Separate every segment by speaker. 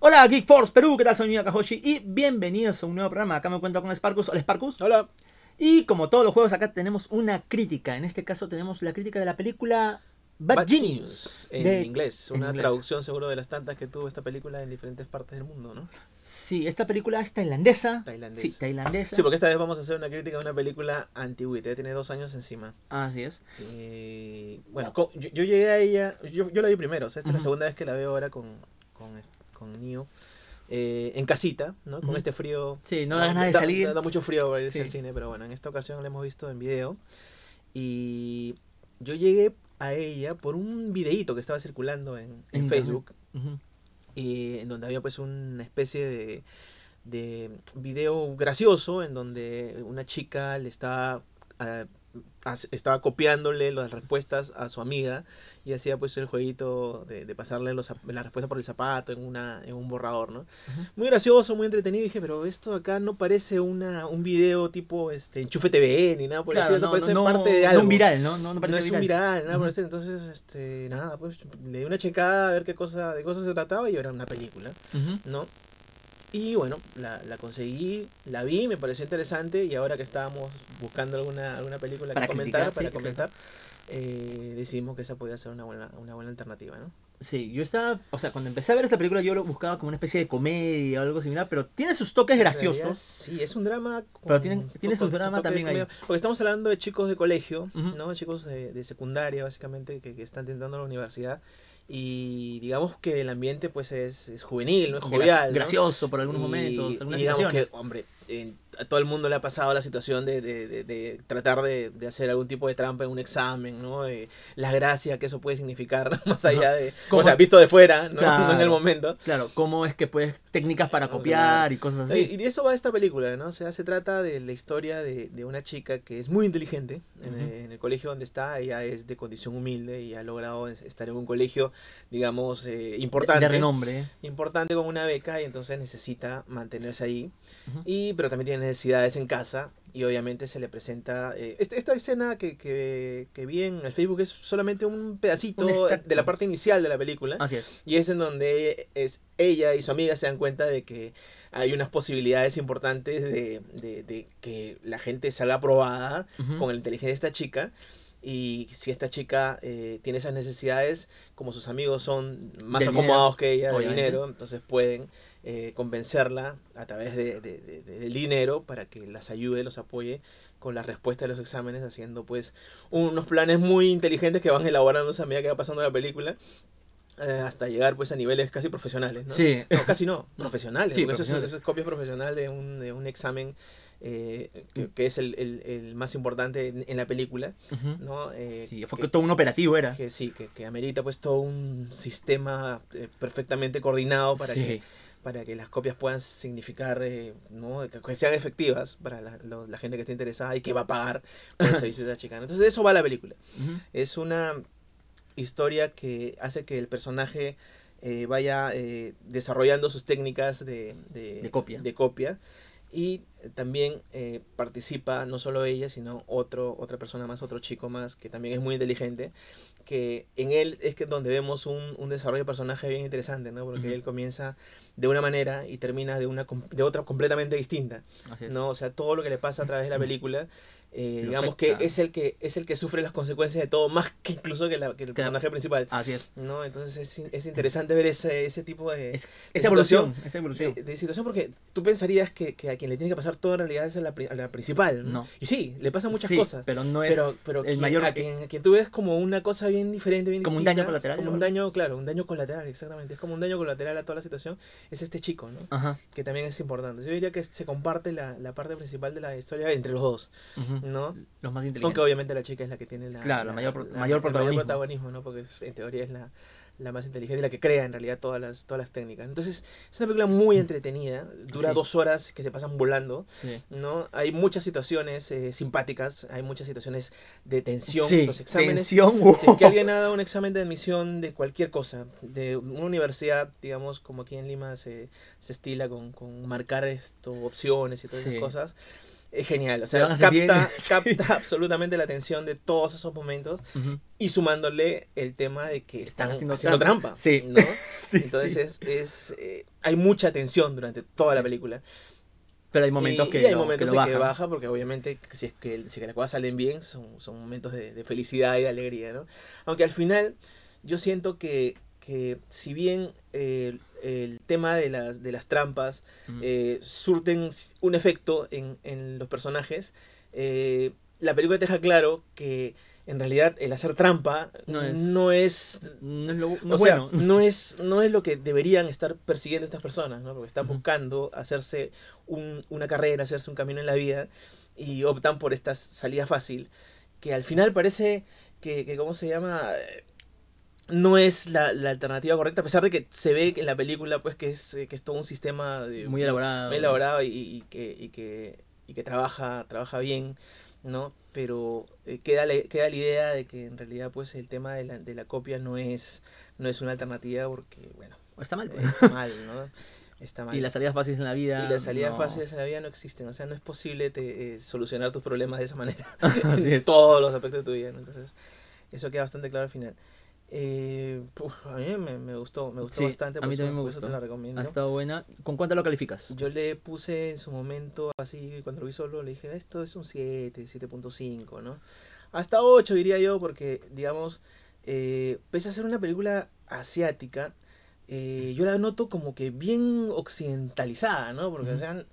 Speaker 1: Hola Geek Force Perú, ¿qué tal? Soy Nia Kahoshi y bienvenidos a un nuevo programa. Acá me encuentro con Sparkus. Hola Sparkus.
Speaker 2: Hola.
Speaker 1: Y como todos los juegos, acá tenemos una crítica. En este caso tenemos la crítica de la película Bad, Genius.
Speaker 2: En
Speaker 1: de-
Speaker 2: inglés.
Speaker 1: en
Speaker 2: Una
Speaker 1: inglés.
Speaker 2: traducción seguro de las tantas que tuvo esta película en diferentes partes del mundo, ¿no?
Speaker 1: Sí, esta película es tailandesa.
Speaker 2: Tailandesa.
Speaker 1: Sí, tailandesa.
Speaker 2: Sí, porque esta vez vamos a hacer una crítica de una película antigüita. Ya tiene dos años encima.
Speaker 1: Así es.
Speaker 2: Y, bueno, co- yo, yo llegué a ella... Yo, yo la vi primero. O sea, esta es
Speaker 1: Ujú.
Speaker 2: la segunda vez que la veo ahora con, con, con Neo. eh, en casita, ¿no? Con
Speaker 1: Ujú.
Speaker 2: este frío
Speaker 1: Sí, no da ganas de salir.
Speaker 2: Da, da mucho frío para irse
Speaker 1: Sí.
Speaker 2: al cine, pero bueno, en esta ocasión la hemos visto en video. Y yo llegué a ella por un videíto que estaba circulando en, en
Speaker 1: En
Speaker 2: Facebook,
Speaker 1: Ujú.
Speaker 2: y en donde había pues una especie de, de video gracioso, en donde una chica le estaba, ah, as- estaba copiándole las respuestas a su amiga y hacía pues el jueguito de, de pasarle los, zap- la respuesta por el zapato en, una, en un borrador, ¿no? Muy gracioso, muy entretenido. Y dije, pero esto acá no parece una, un video tipo este, enchufe TV ni nada por
Speaker 1: Claro,
Speaker 2: el estilo.
Speaker 1: no,
Speaker 2: No, parece
Speaker 1: no,
Speaker 2: parte de
Speaker 1: no
Speaker 2: algo.
Speaker 1: un viral, ¿no? No, no
Speaker 2: No,
Speaker 1: parece
Speaker 2: es
Speaker 1: viral.
Speaker 2: un viral, nada
Speaker 1: Ujú.
Speaker 2: por el estilo. Entonces, este, nada, pues le di una checada a ver qué cosa, de cosas se trataba y era una película,
Speaker 1: Ujú.
Speaker 2: ¿no? Y bueno, la, la conseguí, la vi, me pareció interesante y ahora que estábamos buscando alguna, alguna película
Speaker 1: Para
Speaker 2: que comentar,
Speaker 1: criticar,
Speaker 2: para
Speaker 1: sí,
Speaker 2: comentar, eh, decidimos que esa podía ser una buena, una buena alternativa, ¿no?
Speaker 1: Sí, yo estaba, o sea, cuando empecé a ver esta película yo lo buscaba como una especie de comedia o algo similar, pero tiene sus toques
Speaker 2: En realidad,
Speaker 1: graciosos.
Speaker 2: sí, es un drama. con-
Speaker 1: Pero tienen- tiene su
Speaker 2: con
Speaker 1: drama
Speaker 2: toque de
Speaker 1: también ahí.
Speaker 2: comedia. Porque estamos hablando de chicos de colegio,
Speaker 1: Ujú.
Speaker 2: ¿no? Chicos de, de secundaria, básicamente, que, que están tentando la universidad. Y digamos que el ambiente, pues, es, es juvenil, ¿no? Es
Speaker 1: gra-
Speaker 2: jovial. ¿no?
Speaker 1: gracioso por algunos
Speaker 2: Y-
Speaker 1: momentos,
Speaker 2: y
Speaker 1: algunas
Speaker 2: digamos que,
Speaker 1: situaciones.
Speaker 2: hombre, en- a todo el mundo le ha pasado la situación de, de- de- de tratar de, de hacer algún tipo de trampa en un examen, ¿no? Eh, la gracia que eso puede significar, más allá de...
Speaker 1: Como-
Speaker 2: O sea, visto de fuera, ¿no?
Speaker 1: Claro.
Speaker 2: No en el momento.
Speaker 1: Claro, cómo es que puedes técnicas para
Speaker 2: Claro.
Speaker 1: copiar y cosas así.
Speaker 2: Y y de eso va esta película, ¿no? O sea, se trata de la historia de, de una chica que es muy inteligente en,
Speaker 1: Ujú.
Speaker 2: en el colegio donde está. Ella es de condición humilde y ha logrado es- estar en un colegio, digamos, eh,
Speaker 1: de,
Speaker 2: importante. ¿Eh?
Speaker 1: renombre.
Speaker 2: importante con una beca y entonces necesita mantenerse ahí.
Speaker 1: Ujú.
Speaker 2: y, pero también tiene necesidades en casa y obviamente se le presenta... eh, este- esta escena que, que, que vi en el Facebook es solamente un pedacito
Speaker 1: Un extracto.
Speaker 2: de la parte inicial de la película.
Speaker 1: Así es.
Speaker 2: Y es en donde es ella y su amiga se dan cuenta de que hay unas posibilidades importantes de, de- de que la gente salga aprobada
Speaker 1: Ujú.
Speaker 2: con la inteligencia de esta chica. Y si esta chica eh, tiene esas necesidades, como sus amigos son más
Speaker 1: Del
Speaker 2: acomodados que ella, de
Speaker 1: obviamente.
Speaker 2: dinero, entonces pueden eh, convencerla a través de, de- de- de- del dinero para que las ayude, los apoye con la respuesta de los exámenes, haciendo pues unos planes muy inteligentes que van elaborando a medida que va pasando la película. eh, hasta llegar pues a niveles casi profesionales, ¿no? ¿Eh?
Speaker 1: Sí.
Speaker 2: No, casi no, profesionales,
Speaker 1: Sí,
Speaker 2: porque eso es-
Speaker 1: profesionales.
Speaker 2: eso es copia profesional de un, de un examen eh, que, que es el, el- el más importante en, en la película,
Speaker 1: Ujú.
Speaker 2: ¿no? Eh,
Speaker 1: Sí, fue
Speaker 2: que,
Speaker 1: todo ¿eh? un operativo era.
Speaker 2: que sí, que, que amerita pues todo un sistema eh, perfectamente coordinado para,
Speaker 1: Sí.
Speaker 2: que, para que las copias puedan significar, eh, ¿no? que, que sean efectivas para la, lo- la gente que esté interesada y que va a pagar por el servicio de la chica. ¿no? Entonces de eso va la película.
Speaker 1: Ujú.
Speaker 2: Es una historia que hace que el personaje eh, vaya eh, desarrollando sus técnicas de,
Speaker 1: De copia.
Speaker 2: de copia. Y también eh, participa no solo ella, sino otro, otra persona más, otro chico más, que también es muy inteligente, que en él es que donde vemos un, un desarrollo de personaje bien interesante, ¿no? Porque
Speaker 1: Ujú.
Speaker 2: él comienza de una manera y termina de, una, com- de otra completamente distinta.
Speaker 1: Así es.
Speaker 2: ¿no? O sea, todo lo que le pasa a través de la película, eh,
Speaker 1: Lo
Speaker 2: digamos
Speaker 1: afecta.
Speaker 2: que es el que es el que sufre las consecuencias de todo, más que incluso que, la- que el
Speaker 1: Claro.
Speaker 2: personaje principal.
Speaker 1: Así es.
Speaker 2: ¿no? Entonces es, in- es interesante ver ese, ese tipo de,
Speaker 1: Es-
Speaker 2: de
Speaker 1: esa evolución, esa evolución.
Speaker 2: de- de situación, porque tú pensarías que, que a quien le tiene que pasar todo en realidad es a la, pri- a la principal. ¿no?
Speaker 1: No.
Speaker 2: Y sí, le pasan muchas
Speaker 1: Sí,
Speaker 2: cosas.
Speaker 1: Pero no es
Speaker 2: Pero, pero
Speaker 1: el
Speaker 2: quien-
Speaker 1: mayor.
Speaker 2: a, quien, a quien tú ves como una cosa bien diferente, bien
Speaker 1: Como un
Speaker 2: distinta,
Speaker 1: daño colateral,
Speaker 2: Como
Speaker 1: ¿no?
Speaker 2: un daño, claro, un daño colateral, exactamente. Es como un daño colateral a toda la situación. Es este chico, ¿no?
Speaker 1: Ajá.
Speaker 2: Que también es importante. Yo diría que se comparte la, la parte principal de la historia entre los dos,
Speaker 1: Ujú.
Speaker 2: ¿no?
Speaker 1: Los más inteligentes.
Speaker 2: Mm. Aunque obviamente la chica es la que tiene la,
Speaker 1: Claro,
Speaker 2: la-
Speaker 1: mayor pro-
Speaker 2: la-
Speaker 1: mayor
Speaker 2: el
Speaker 1: protagonismo.
Speaker 2: protagonismo, ¿no? Porque es- en teoría es la, la más inteligente y la que crea en realidad todas las, todas las técnicas. Entonces, es una película muy entretenida, dura
Speaker 1: Mm. Sí.
Speaker 2: dos horas que se pasan volando,
Speaker 1: Sí.
Speaker 2: ¿no? Hay muchas situaciones eh, simpáticas, hay muchas situaciones de tensión,
Speaker 1: Sí,
Speaker 2: los exámenes.
Speaker 1: tensión,
Speaker 2: Si es que
Speaker 1: wow.
Speaker 2: alguien ha dado un examen de admisión de cualquier cosa, de una universidad, digamos, como aquí en Lima se, se estila con, con marcar esto, opciones y todas
Speaker 1: Sí.
Speaker 2: esas cosas, Es genial, o
Speaker 1: Te
Speaker 2: sea,
Speaker 1: van a
Speaker 2: capta,
Speaker 1: sentir-
Speaker 2: capta absolutamente la atención de todos esos momentos
Speaker 1: Ujú.
Speaker 2: y sumándole el tema de que
Speaker 1: Están
Speaker 2: están,
Speaker 1: haciendo
Speaker 2: haciendo,
Speaker 1: trampa.
Speaker 2: trampa.
Speaker 1: Sí.
Speaker 2: ¿no?
Speaker 1: Sí, sí.
Speaker 2: Entonces es, es, eh, hay mucha tensión durante toda
Speaker 1: Sí.
Speaker 2: la película.
Speaker 1: Pero hay momentos
Speaker 2: y,
Speaker 1: que,
Speaker 2: y hay
Speaker 1: lo-
Speaker 2: momentos
Speaker 1: que lo
Speaker 2: en que
Speaker 1: bajan.
Speaker 2: baja porque obviamente si es que, si es que las cosas salen bien son, son momentos de, de felicidad y de alegría, ¿no? Aunque al final yo siento que, que si bien eh, el tema de las, de las trampas
Speaker 1: Mm.
Speaker 2: eh, surten s- un efecto en, en los personajes. eh, la película te deja claro que en realidad el hacer trampa
Speaker 1: No
Speaker 2: no
Speaker 1: es-
Speaker 2: es,
Speaker 1: no es, lo, no
Speaker 2: o
Speaker 1: es
Speaker 2: sea,
Speaker 1: bueno.
Speaker 2: no es no es lo que deberían estar persiguiendo estas personas, ¿no? Porque están
Speaker 1: Ujú.
Speaker 2: buscando hacerse un- una carrera, hacerse un camino en la vida y optan por esta salida fácil que al final parece que, que ¿cómo se llama? Eh, No es la, la alternativa correcta, a pesar de que se ve que en la película pues que es, eh, que es todo un sistema de,
Speaker 1: muy elaborado.
Speaker 2: eh, muy elaborado y, y que, y que, y que trabaja, trabaja bien, ¿no? Pero eh, queda, la, queda la idea de que en realidad pues el tema de la, de la copia no es, no es una alternativa porque, bueno,
Speaker 1: Está mal. pues.
Speaker 2: Eh, está mal, ¿no? Está mal.
Speaker 1: Y las salidas fáciles en la vida.
Speaker 2: Y las salidas
Speaker 1: no.
Speaker 2: fáciles en la vida no existen, o sea, no es posible te- eh, solucionar tus problemas de esa manera
Speaker 1: Así
Speaker 2: en
Speaker 1: es.
Speaker 2: todos los aspectos de tu vida, ¿no? Entonces, eso queda bastante claro al final. Eh, puf, a mí me, me gustó, me gustó
Speaker 1: Sí,
Speaker 2: bastante,
Speaker 1: a
Speaker 2: por
Speaker 1: mí
Speaker 2: eso-
Speaker 1: también me
Speaker 2: por eso te
Speaker 1: gustó.
Speaker 2: la recomiendo.
Speaker 1: Ha estado buena. ¿Con cuánto lo calificas?
Speaker 2: Yo le puse en su momento, así cuando lo vi solo, le dije, esto es un 7, 7.5, ¿no? Hasta 8 diría yo, porque, digamos, eh, pese a ser una película asiática, eh, yo la noto como que bien occidentalizada, ¿no? Porque,
Speaker 1: Ujú.
Speaker 2: o sea,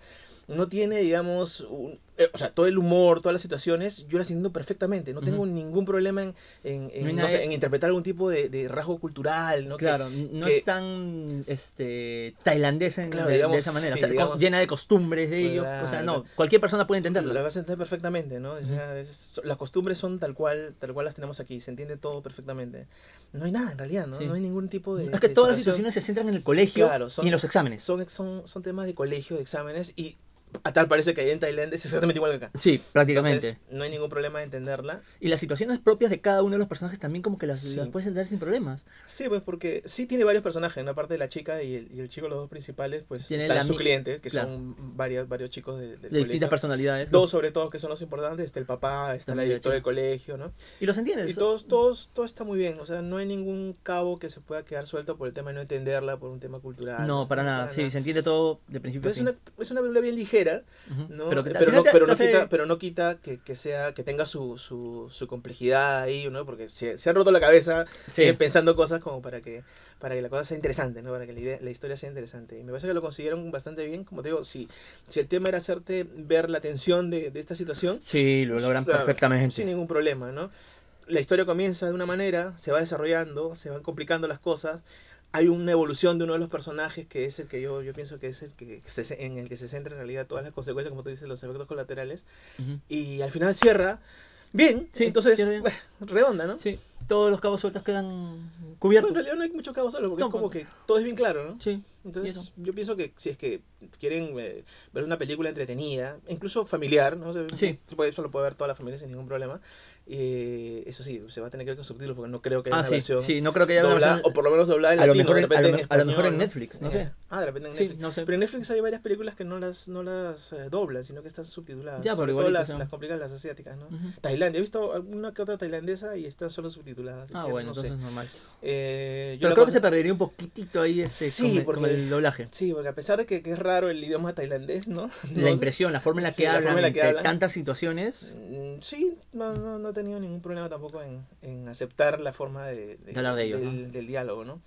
Speaker 2: no tiene, digamos, un- eh, o sea, todo el humor, todas las situaciones, yo las entiendo perfectamente. No tengo
Speaker 1: Ujú.
Speaker 2: ningún problema en, en, en,
Speaker 1: No hay
Speaker 2: no
Speaker 1: nada-
Speaker 2: sé, en interpretar algún tipo de, de rasgo cultural, ¿no? Que-
Speaker 1: Claro, n- no
Speaker 2: que-
Speaker 1: es tan este, tailandesa en-
Speaker 2: Claro,
Speaker 1: de, de
Speaker 2: digamos,
Speaker 1: esa manera,
Speaker 2: sí,
Speaker 1: o sea, con-
Speaker 2: digamos.
Speaker 1: llena de costumbres de ellos. O sea, no,
Speaker 2: Claro.
Speaker 1: cualquier persona puede
Speaker 2: Lo
Speaker 1: entenderlo.
Speaker 2: vas a entender perfectamente, ¿no? O sea, es- las costumbres son tal cual, tal cual las tenemos aquí, se entiende todo perfectamente. No hay nada en realidad, ¿no?
Speaker 1: Sí.
Speaker 2: No hay ningún tipo de.
Speaker 1: Es que
Speaker 2: de
Speaker 1: todas las
Speaker 2: situación.
Speaker 1: situaciones se centran en el colegio
Speaker 2: Claro, son-
Speaker 1: y en los exámenes.
Speaker 2: Son, son, son temas de colegio, de exámenes, y a tal parece que ahí en Tailandia es exactamente igual que acá.
Speaker 1: Sí, prácticamente.
Speaker 2: Entonces, no hay ningún problema de entenderla.
Speaker 1: y las situaciones propias de cada uno de los personajes también como que las,
Speaker 2: Sí.
Speaker 1: las puedes entender sin problemas.
Speaker 2: Sí, pues porque sí tiene varios personajes, ¿no? Aparte de la chica y el, y el chico, los dos principales, pues
Speaker 1: Tiene
Speaker 2: están
Speaker 1: la
Speaker 2: sus
Speaker 1: mi-
Speaker 2: clientes, que
Speaker 1: claro.
Speaker 2: son varios, varios chicos de, del
Speaker 1: De distintas
Speaker 2: colegio.
Speaker 1: personalidades.
Speaker 2: Dos sobre todo que son los importantes, está el papá, está
Speaker 1: También
Speaker 2: la
Speaker 1: la
Speaker 2: directora del
Speaker 1: chica.
Speaker 2: colegio, ¿no?
Speaker 1: Y los entiendes.
Speaker 2: Y todos, todos, todo está muy bien, o sea, no hay ningún cabo que se pueda quedar suelto por el tema de no entenderla, por un tema cultural.
Speaker 1: no, para nada. Sí, se entiende todo de principio a
Speaker 2: Pero
Speaker 1: fin.
Speaker 2: es una, es una película bien ligera,
Speaker 1: Ujú.
Speaker 2: ¿no?
Speaker 1: Pero
Speaker 2: Pero,
Speaker 1: que- al
Speaker 2: no,
Speaker 1: final te-
Speaker 2: pero
Speaker 1: te
Speaker 2: no
Speaker 1: hace-
Speaker 2: quita, pero no quita que, que sea, que tenga su, su, su complejidad ahí, ¿no? Porque se, se han roto la cabeza
Speaker 1: Sí.
Speaker 2: eh, pensando cosas como para que, para que la cosa sea interesante, ¿no? Para que la, idea- la historia sea interesante. Y me parece que lo consiguieron bastante bien, como te digo, si, si el tema era hacerte ver la tensión de, de esta situación,
Speaker 1: Sí, lo logran
Speaker 2: O sea,
Speaker 1: perfectamente.
Speaker 2: sin ningún problema, ¿no? La historia comienza de una manera, se va desarrollando, se van complicando las cosas. Hay una evolución de uno de los personajes que es el que yo, yo pienso que es el que se- en el que se centra en realidad todas las consecuencias, como tú dices, los efectos colaterales.
Speaker 1: Ujú.
Speaker 2: Y al final cierra bien,
Speaker 1: Sí,
Speaker 2: entonces,
Speaker 1: cierra bien.
Speaker 2: bueno, redonda, ¿no?
Speaker 1: Sí, todos los cabos sueltos quedan
Speaker 2: Bueno,
Speaker 1: cubiertos.
Speaker 2: en realidad no hay mucho cabo solo, porque
Speaker 1: No,
Speaker 2: es como
Speaker 1: pues.
Speaker 2: que todo es bien claro, ¿no?
Speaker 1: Sí. ¿Y eso?
Speaker 2: Entonces, yo pienso que si es que quieren eh, ver una película entretenida, incluso familiar, ¿no? O sea,
Speaker 1: Sí.
Speaker 2: se puede- eso lo puede ver toda la familia sin ningún problema. Eh, eso sí, se va a tener que ver con subtítulos porque no creo que haya
Speaker 1: Ah,
Speaker 2: una
Speaker 1: sí,
Speaker 2: versión
Speaker 1: sí, no creo que haya una
Speaker 2: doblada,
Speaker 1: versión-
Speaker 2: o por lo menos doblada en
Speaker 1: a lo
Speaker 2: latino,
Speaker 1: mejor
Speaker 2: de
Speaker 1: en- a
Speaker 2: repente
Speaker 1: lo
Speaker 2: en
Speaker 1: me- a lo mejor en
Speaker 2: español,
Speaker 1: Netflix, no
Speaker 2: Eh,
Speaker 1: sé.
Speaker 2: Ah, de repente en
Speaker 1: Sí,
Speaker 2: Netflix.
Speaker 1: no sé.
Speaker 2: Pero en Netflix hay varias películas que no las, no las eh, doblan, sino que están subtituladas.
Speaker 1: Ya, pero
Speaker 2: sobre todo
Speaker 1: igualito, Mm.
Speaker 2: las,
Speaker 1: sí.
Speaker 2: las complican las asiáticas, ¿no?
Speaker 1: Ujú.
Speaker 2: Tailandia, he visto alguna que otra tailandesa y están solo subtituladas. así
Speaker 1: Ah,
Speaker 2: que
Speaker 1: bueno,
Speaker 2: no sé.
Speaker 1: entonces es normal.
Speaker 2: Eh, yo
Speaker 1: Pero
Speaker 2: la
Speaker 1: creo que
Speaker 2: cosa-
Speaker 1: se perdería un poquitito ahí este,
Speaker 2: Sí,
Speaker 1: con, el,
Speaker 2: porque-
Speaker 1: con el doblaje.
Speaker 2: Sí, porque a pesar de que, que es raro el idioma tailandés, ¿no?
Speaker 1: la
Speaker 2: No,
Speaker 1: impresión, la forma en la que
Speaker 2: sí, la
Speaker 1: hablan,
Speaker 2: forma en la que
Speaker 1: entre
Speaker 2: hablan.
Speaker 1: tantas situaciones
Speaker 2: mm, Sí, no, no, no he tenido ningún problema tampoco en, en aceptar la forma de,
Speaker 1: De hablar de ellos,
Speaker 2: del, del diálogo, ¿no?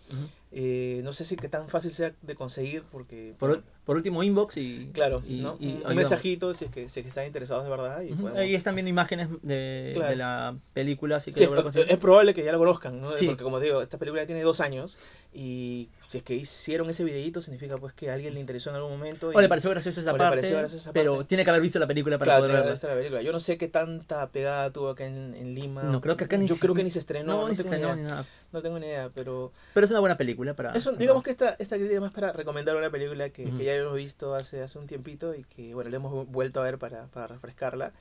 Speaker 2: Eh, no sé si que tan fácil sea de conseguir porque...
Speaker 1: Por, por último, inbox y.
Speaker 2: claro,
Speaker 1: y-
Speaker 2: ¿no?
Speaker 1: y
Speaker 2: un
Speaker 1: ayudamos.
Speaker 2: mensajito si es, que, si es que están interesados de verdad y
Speaker 1: Ujú.
Speaker 2: podemos-
Speaker 1: Ahí están viendo imágenes de,
Speaker 2: Claro.
Speaker 1: de la película, así que
Speaker 2: Sí,
Speaker 1: lo voy a
Speaker 2: es,
Speaker 1: conseguir.
Speaker 2: es probable que ya lo conozcan, ¿no?
Speaker 1: Sí.
Speaker 2: Porque como digo, esta película ya tiene dos años y si es que hicieron ese videito significa pues que a alguien le interesó en algún momento.
Speaker 1: O le
Speaker 2: y-
Speaker 1: pareció gracioso esa
Speaker 2: o le
Speaker 1: parte,
Speaker 2: pareció gracioso esa
Speaker 1: pero
Speaker 2: parte.
Speaker 1: tiene que haber visto la película para
Speaker 2: Claro,
Speaker 1: poder
Speaker 2: tiene que
Speaker 1: verla.
Speaker 2: estar la película. Yo no sé qué tanta pegada tuvo acá en, en Lima.
Speaker 1: No, creo que acá ni
Speaker 2: Yo
Speaker 1: se-
Speaker 2: creo que ni se estrenó.
Speaker 1: No,
Speaker 2: No,
Speaker 1: ni se
Speaker 2: tengo
Speaker 1: estrenó
Speaker 2: ni
Speaker 1: ni
Speaker 2: idea.
Speaker 1: nada.
Speaker 2: No tengo ni idea, pero...
Speaker 1: Pero es una buena película para.
Speaker 2: eso,
Speaker 1: para-
Speaker 2: digamos que esta, esta crítica es más para recomendar una película que, que
Speaker 1: Ujú.
Speaker 2: ya hemos visto hace, hace un tiempito y que, bueno, le hemos vu- vuelto a ver para, para refrescarla.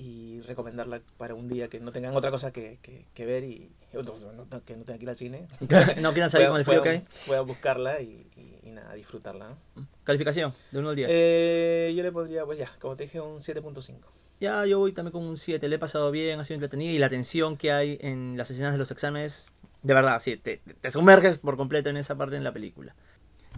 Speaker 2: y recomendarla para un día que no tengan otra cosa que, que, que ver y, y otros, no, no- que no tengan que ir al cine.
Speaker 1: No quieran salir con el frío que hay.
Speaker 2: Puedan buscarla y, y- y nada, disfrutarla. ¿no?
Speaker 1: Calificación, de 1 al 10.
Speaker 2: Eh, yo le pondría, pues ya, como te dije, un 7.5.
Speaker 1: Ya yo voy también con un 7, le he pasado bien, ha sido entretenida y la tensión que hay en las escenas de los exámenes, de verdad, sí, te, te sumerges por completo en esa parte en la película.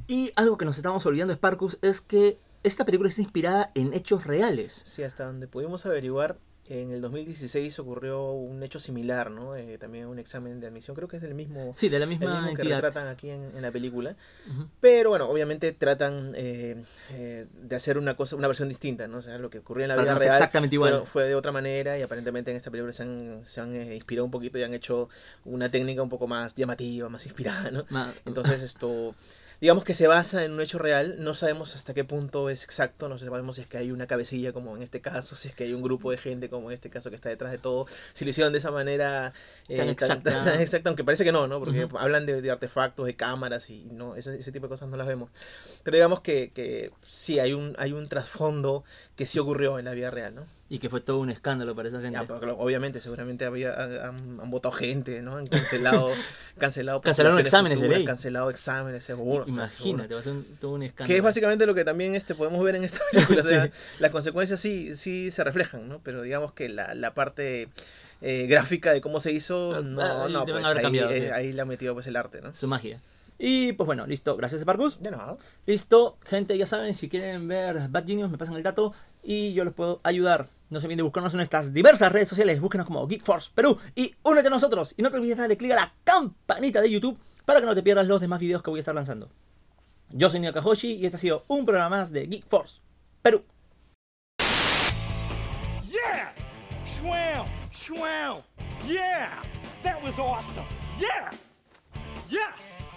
Speaker 1: Y algo que nos estamos olvidando, Sparkus, es que esta película está inspirada en hechos reales.
Speaker 2: Sí, hasta donde pudimos averiguar, en el 2016 ocurrió un hecho similar, ¿no? Eh, también un examen de admisión, creo que es del mismo,
Speaker 1: Sí, de la
Speaker 2: el
Speaker 1: misma
Speaker 2: mismo que
Speaker 1: entidad.
Speaker 2: retratan aquí en, en la película.
Speaker 1: Ujú.
Speaker 2: Pero bueno, obviamente tratan eh, eh, de hacer una cosa, una versión distinta, ¿no? O sea, lo que ocurrió en la
Speaker 1: Para
Speaker 2: vida
Speaker 1: no ser
Speaker 2: real
Speaker 1: exactamente igual.
Speaker 2: Fue, fue de otra manera y aparentemente en esta película se han, se han eh, inspirado un poquito y han hecho una técnica un poco más llamativa, más inspirada, ¿no?
Speaker 1: Ma-
Speaker 2: Entonces esto, digamos que se basa en un hecho real, no sabemos hasta qué punto es exacto, no sabemos si es que hay una cabecilla como en este caso, si es que hay un grupo de gente como en este caso que está detrás de todo, si lo hicieron de esa manera eh,
Speaker 1: Tan exacta.
Speaker 2: tan exacta, aunque parece que no, ¿no? Porque
Speaker 1: Ujú.
Speaker 2: hablan de, de artefactos, de cámaras y no, ese, ese tipo de cosas no las vemos. Pero digamos que, que sí, hay un, hay un trasfondo que sí ocurrió en la vida real, ¿no?
Speaker 1: Y que fue todo un escándalo para esa gente.
Speaker 2: Ya, porque lo- obviamente, seguramente había, ha- han, han votado gente, ¿no? Han cancelado, cancelado
Speaker 1: Cancelaron
Speaker 2: postulaciones
Speaker 1: exámenes de
Speaker 2: futuras,
Speaker 1: ley.
Speaker 2: Cancelado exámenes, seguro. o sea, seguro.
Speaker 1: Imagínate, va a ser un- todo un escándalo.
Speaker 2: Que es básicamente lo que también este, podemos ver en esta película. O sea,
Speaker 1: Sí.
Speaker 2: las consecuencias sí, sí se reflejan, ¿no? Pero digamos que la, la parte eh, gráfica de cómo se hizo,
Speaker 1: Ah,
Speaker 2: no,
Speaker 1: ahí
Speaker 2: no,
Speaker 1: deben
Speaker 2: pues,
Speaker 1: haber
Speaker 2: ahí,
Speaker 1: cambiado,
Speaker 2: eh,
Speaker 1: sí.
Speaker 2: ahí la ha metido pues el arte, ¿no?
Speaker 1: Su magia. Y pues bueno, listo. Gracias, Sparkus.
Speaker 2: De nada.
Speaker 1: Listo, gente, ya saben, si quieren ver Bad Genius, me pasan el dato y yo los puedo ayudar. No se olviden de buscarnos en nuestras diversas redes sociales, búsquenos como Geek Force Perú y únete a nosotros. Y no te olvides de darle clic a la campanita de YouTube para que no te pierdas los demás videos que voy a estar lanzando. Yo soy Nio Kahoshi y este ha sido un programa más de Geek Force Perú.
Speaker 3: Yeah! Schwam! Schwam! Yeah! That was awesome! Yeah! Yes!